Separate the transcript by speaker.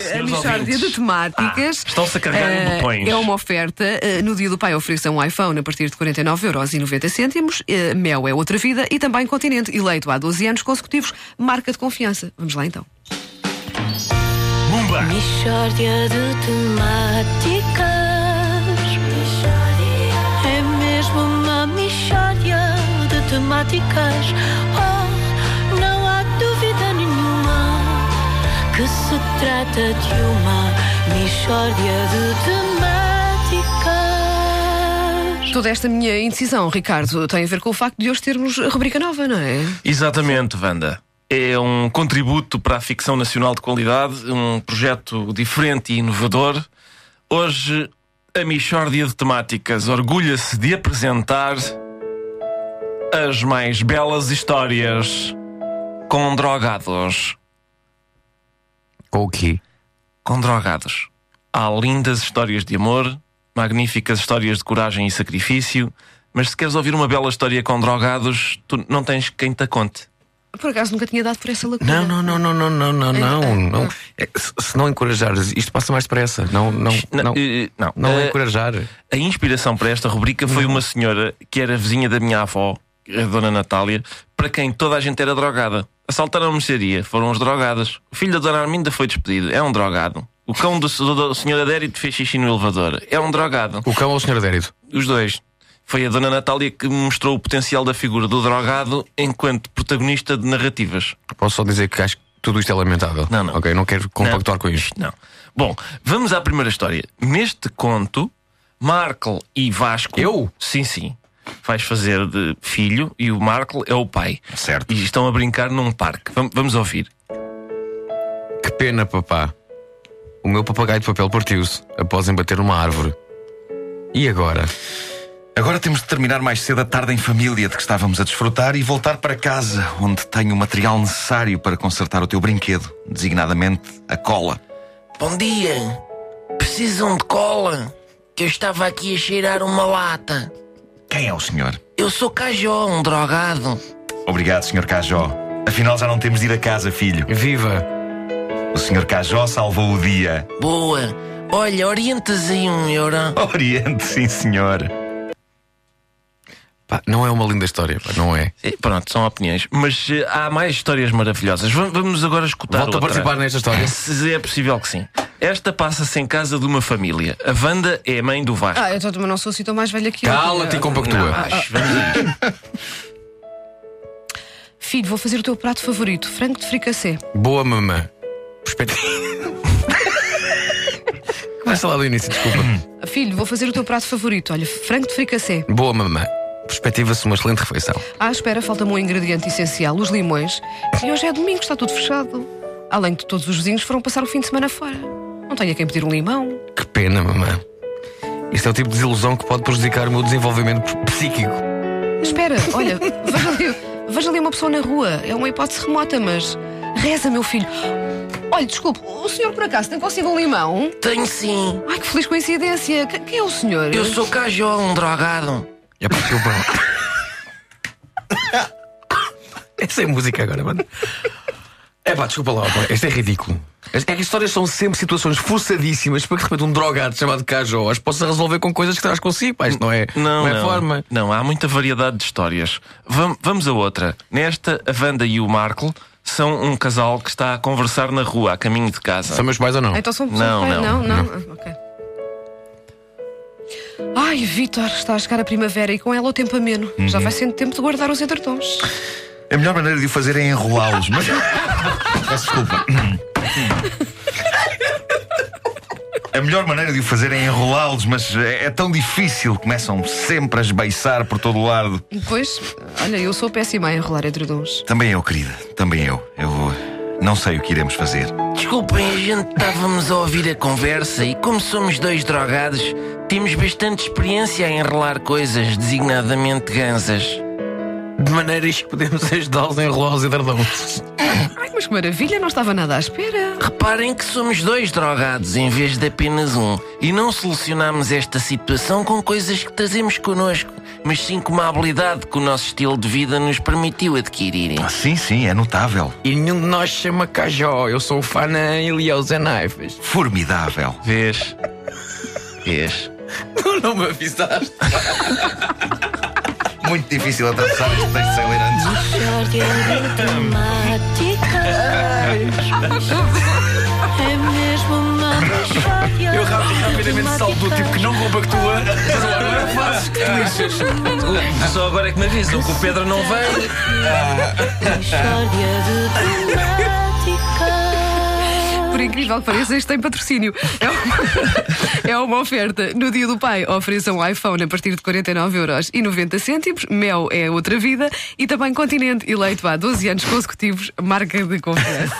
Speaker 1: a
Speaker 2: senhores
Speaker 1: Michórdia
Speaker 2: ouvintes.
Speaker 1: É de Temáticas.
Speaker 2: Ah, estão-se a carregar em
Speaker 1: Ah,
Speaker 2: botões.
Speaker 1: É uma oferta. Ah, no Dia do Pai ofereça um iPhone a partir de 49,90€. Ah, Mel é outra vida e também Continente, eleito há 12 anos consecutivos, marca de confiança. Vamos lá então.
Speaker 2: Pumba!
Speaker 3: Mishória de temáticas É mesmo uma mishória de temáticas Oh, não há dúvida nenhuma Que se trata de uma mishória de temáticas
Speaker 1: Toda esta minha indecisão, Ricardo, tem a ver com o facto de hoje termos a rubrica nova, não é?
Speaker 2: Exatamente, Wanda. É um contributo para a ficção nacional de qualidade, um projeto diferente e inovador. Hoje, a Michórdia de Temáticas orgulha-se de apresentar as mais belas histórias com drogados.
Speaker 4: Com o quê?
Speaker 2: Com drogados. Há lindas histórias de amor, magníficas histórias de coragem e sacrifício, mas se queres ouvir uma bela história com drogados, tu não tens quem te a conte.
Speaker 1: Por acaso nunca tinha dado por essa lacuna.
Speaker 4: Não, não, não, não, não, não, não,
Speaker 1: É, é,
Speaker 4: não. não. É, se- Se não encorajares, isto passa mais depressa. Não, não,
Speaker 2: Não,
Speaker 4: não.
Speaker 2: eh, não.
Speaker 4: Não é
Speaker 2: Eh,
Speaker 4: encorajar.
Speaker 2: A inspiração para esta rubrica foi uma senhora que era vizinha da minha avó, a dona Natália, para quem toda a gente era drogada. Assaltaram a mercearia, foram os drogados. O filho da dona Arminda foi despedido, é um drogado. O cão do, do, do senhor Adérito fez xixi no elevador, é um drogado.
Speaker 4: O cão ou o senhor Adérito?
Speaker 2: Os dois. Foi a dona Natália que mostrou o potencial da figura do drogado enquanto protagonista de narrativas.
Speaker 4: Posso só dizer que acho que tudo isto é lamentável.
Speaker 2: Não, não. é?
Speaker 4: Ok, não quero compactuar com isto.
Speaker 2: Não. Bom, vamos à primeira história. Neste conto, Markle e Vasco.
Speaker 4: Eu?
Speaker 2: Sim, sim. Vais fazer de filho e o Markle é o pai.
Speaker 4: Certo.
Speaker 2: E estão a brincar num parque. Vam- vamos ouvir.
Speaker 4: Que pena, papá. O meu papagaio de papel partiu-se após embater numa árvore. E agora?
Speaker 5: Agora temos de terminar mais cedo a tarde em família de que estávamos a desfrutar e voltar para casa, onde tenho o material necessário para consertar o teu brinquedo, designadamente a cola.
Speaker 6: Bom dia. Precisam de cola? Que eu estava aqui a cheirar uma lata.
Speaker 5: Quem é o senhor?
Speaker 6: Eu sou Cajó, um drogado.
Speaker 5: Obrigado, senhor Cajó. Afinal, já não temos de ir a casa, filho.
Speaker 4: Viva!
Speaker 5: O senhor Cajó salvou o dia.
Speaker 6: Boa. Olha, orientas aí um euro.
Speaker 5: Oriente, sim, senhor.
Speaker 4: Pá, não é uma linda história, pá, não é?
Speaker 2: Eh, Pronto, são opiniões. Mas eh, há mais histórias maravilhosas. Va- Vamos agora escutar.
Speaker 4: Volto a
Speaker 2: outra.
Speaker 4: participar nesta história.
Speaker 2: Se é possível que sim. Esta passa-se em casa de uma família. A Wanda é a mãe do Vasco.
Speaker 1: Ah, eu tô- mas não sou assim tão mais velha que eu.
Speaker 4: Cala-te e
Speaker 2: Não,
Speaker 4: compactua.
Speaker 2: mas vamos
Speaker 6: Ah,
Speaker 2: a isto.
Speaker 1: Eh, Filho, vou fazer o teu prato favorito, frango de fricassé.
Speaker 4: Boa mamã. Perspectiva. Começa lá do início, desculpa.
Speaker 1: Filho, vou fazer o teu prato favorito, olha, frango de fricassé.
Speaker 4: Boa mamã. Perspectiva-se uma excelente refeição.
Speaker 1: À espera, falta-me um ingrediente essencial, os limões. E hoje é domingo, está tudo fechado. Além de todos os vizinhos foram passar o fim de semana fora. Não tenho a quem pedir um limão.
Speaker 4: Que pena, mamã. Isto é o tipo de desilusão que pode prejudicar o meu desenvolvimento psíquico.
Speaker 1: Espera, olha, veja ali, veja ali uma pessoa na rua. É uma hipótese remota, mas reza, meu filho. Olha, desculpe, o senhor por acaso tem consigo um limão?
Speaker 6: Tenho sim.
Speaker 1: Ai, que feliz coincidência. Que- Quem é o senhor?
Speaker 6: Eu sou Cajó, um drogado.
Speaker 4: É para eu pão. Essa é música agora, mano. É pá, desculpa lá, pá. Isto é ridículo. É que as histórias são sempre situações forçadíssimas para que de repente um drogado chamado Cajó as possa resolver com coisas que traz consigo. Pá, isto não é,
Speaker 2: Não,
Speaker 4: é forma.
Speaker 2: Não, há muita variedade de histórias. Vam- vamos a outra. Nesta, a Wanda e o Marco são um casal que está a conversar na rua, a caminho de casa.
Speaker 4: São meus pais ou não?
Speaker 1: Então são pessoas
Speaker 2: Não,
Speaker 1: que vai-
Speaker 2: não,
Speaker 1: não, não. Ah, Ok. Ai, Vitor, está a chegar a primavera e com ela o tempo ameno. Já vai sendo tempo de guardar os entretons.
Speaker 5: A melhor maneira de o fazer é enrolá-los, mas. Peço desculpa. A melhor maneira de o fazer é enrolá-los, mas é é tão difícil. Começam sempre a esbeiçar por todo o lado.
Speaker 1: Depois, olha, eu sou péssima a enrolar entretons.
Speaker 5: Também eu, querida. Também eu. Eu eh, não sei o que iremos fazer.
Speaker 6: Desculpem, a gente estávamos a ouvir a conversa e como somos dois drogados, temos bastante experiência em enrolar coisas, designadamente gansas.
Speaker 4: De maneiras que podemos ajudá-los a enrolar os hidradões.
Speaker 1: Ai, mas que maravilha, não estava nada à espera.
Speaker 6: Reparem que somos dois drogados em vez de apenas um e não solucionamos esta situação com coisas que trazemos connosco, mas sim com uma habilidade que o nosso estilo de vida nos permitiu adquirir.
Speaker 5: Ah, sim, sim, é notável.
Speaker 4: E nenhum de nós chama Cajó. Eu sou o Fana Iliosa Zé Naifas.
Speaker 5: Formidável.
Speaker 2: Vês?
Speaker 6: Vês?
Speaker 4: Tu não me avisaste.
Speaker 5: Muito difícil atravessar este texto sem ler antes.
Speaker 3: Mishória de temáticas É mesmo uma mishória
Speaker 4: Eu rapi-
Speaker 3: de
Speaker 4: rapidamente saldo do tipo que
Speaker 3: temáticas.
Speaker 4: não compactua. Mas agora fazes que lixas.
Speaker 6: Só agora é que me avisam que o Pedro não veio.
Speaker 3: Mishória de temáticas
Speaker 1: Por incrível que pareça, este tem patrocínio. É uma, é uma oferta. No dia do pai, ofereçam um iPhone a partir de 49,90€, mel é outra vida e também continente eleito há 12 anos consecutivos, marca de confiança.